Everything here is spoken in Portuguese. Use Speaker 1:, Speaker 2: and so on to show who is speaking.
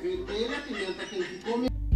Speaker 1: ele, a pimenta quem que come.